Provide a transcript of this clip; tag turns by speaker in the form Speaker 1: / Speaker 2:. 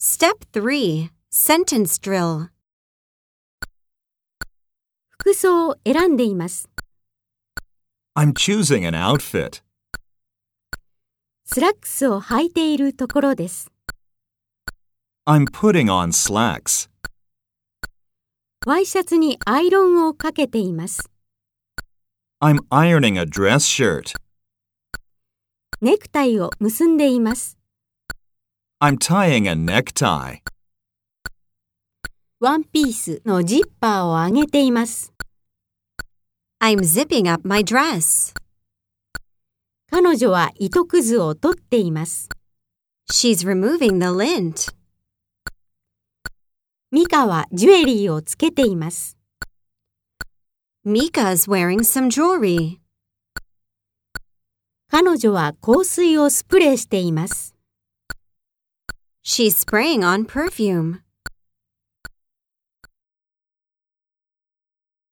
Speaker 1: Step 3 Sentence Drill
Speaker 2: 服装を選んでいます。
Speaker 3: I'm choosing an outfit.
Speaker 2: スラックスを履いているところです。
Speaker 3: I'm putting on slacks.
Speaker 2: ワイシャツにアイロンをかけています。
Speaker 3: I'm ironing a dress shirt.
Speaker 2: ネクタイを結んでいます。
Speaker 3: I'm tying a necktie.
Speaker 2: ワンピースのジッパーを上げています。
Speaker 1: I'm zipping up my dress.
Speaker 2: 彼女は糸くずを取っています。
Speaker 1: She's removing the lint.
Speaker 2: ミカはジュエリーをつけています。
Speaker 1: Mika's wearing some jewelry.
Speaker 2: 彼女は香水をスプレーしています。
Speaker 1: She's spraying on perfume.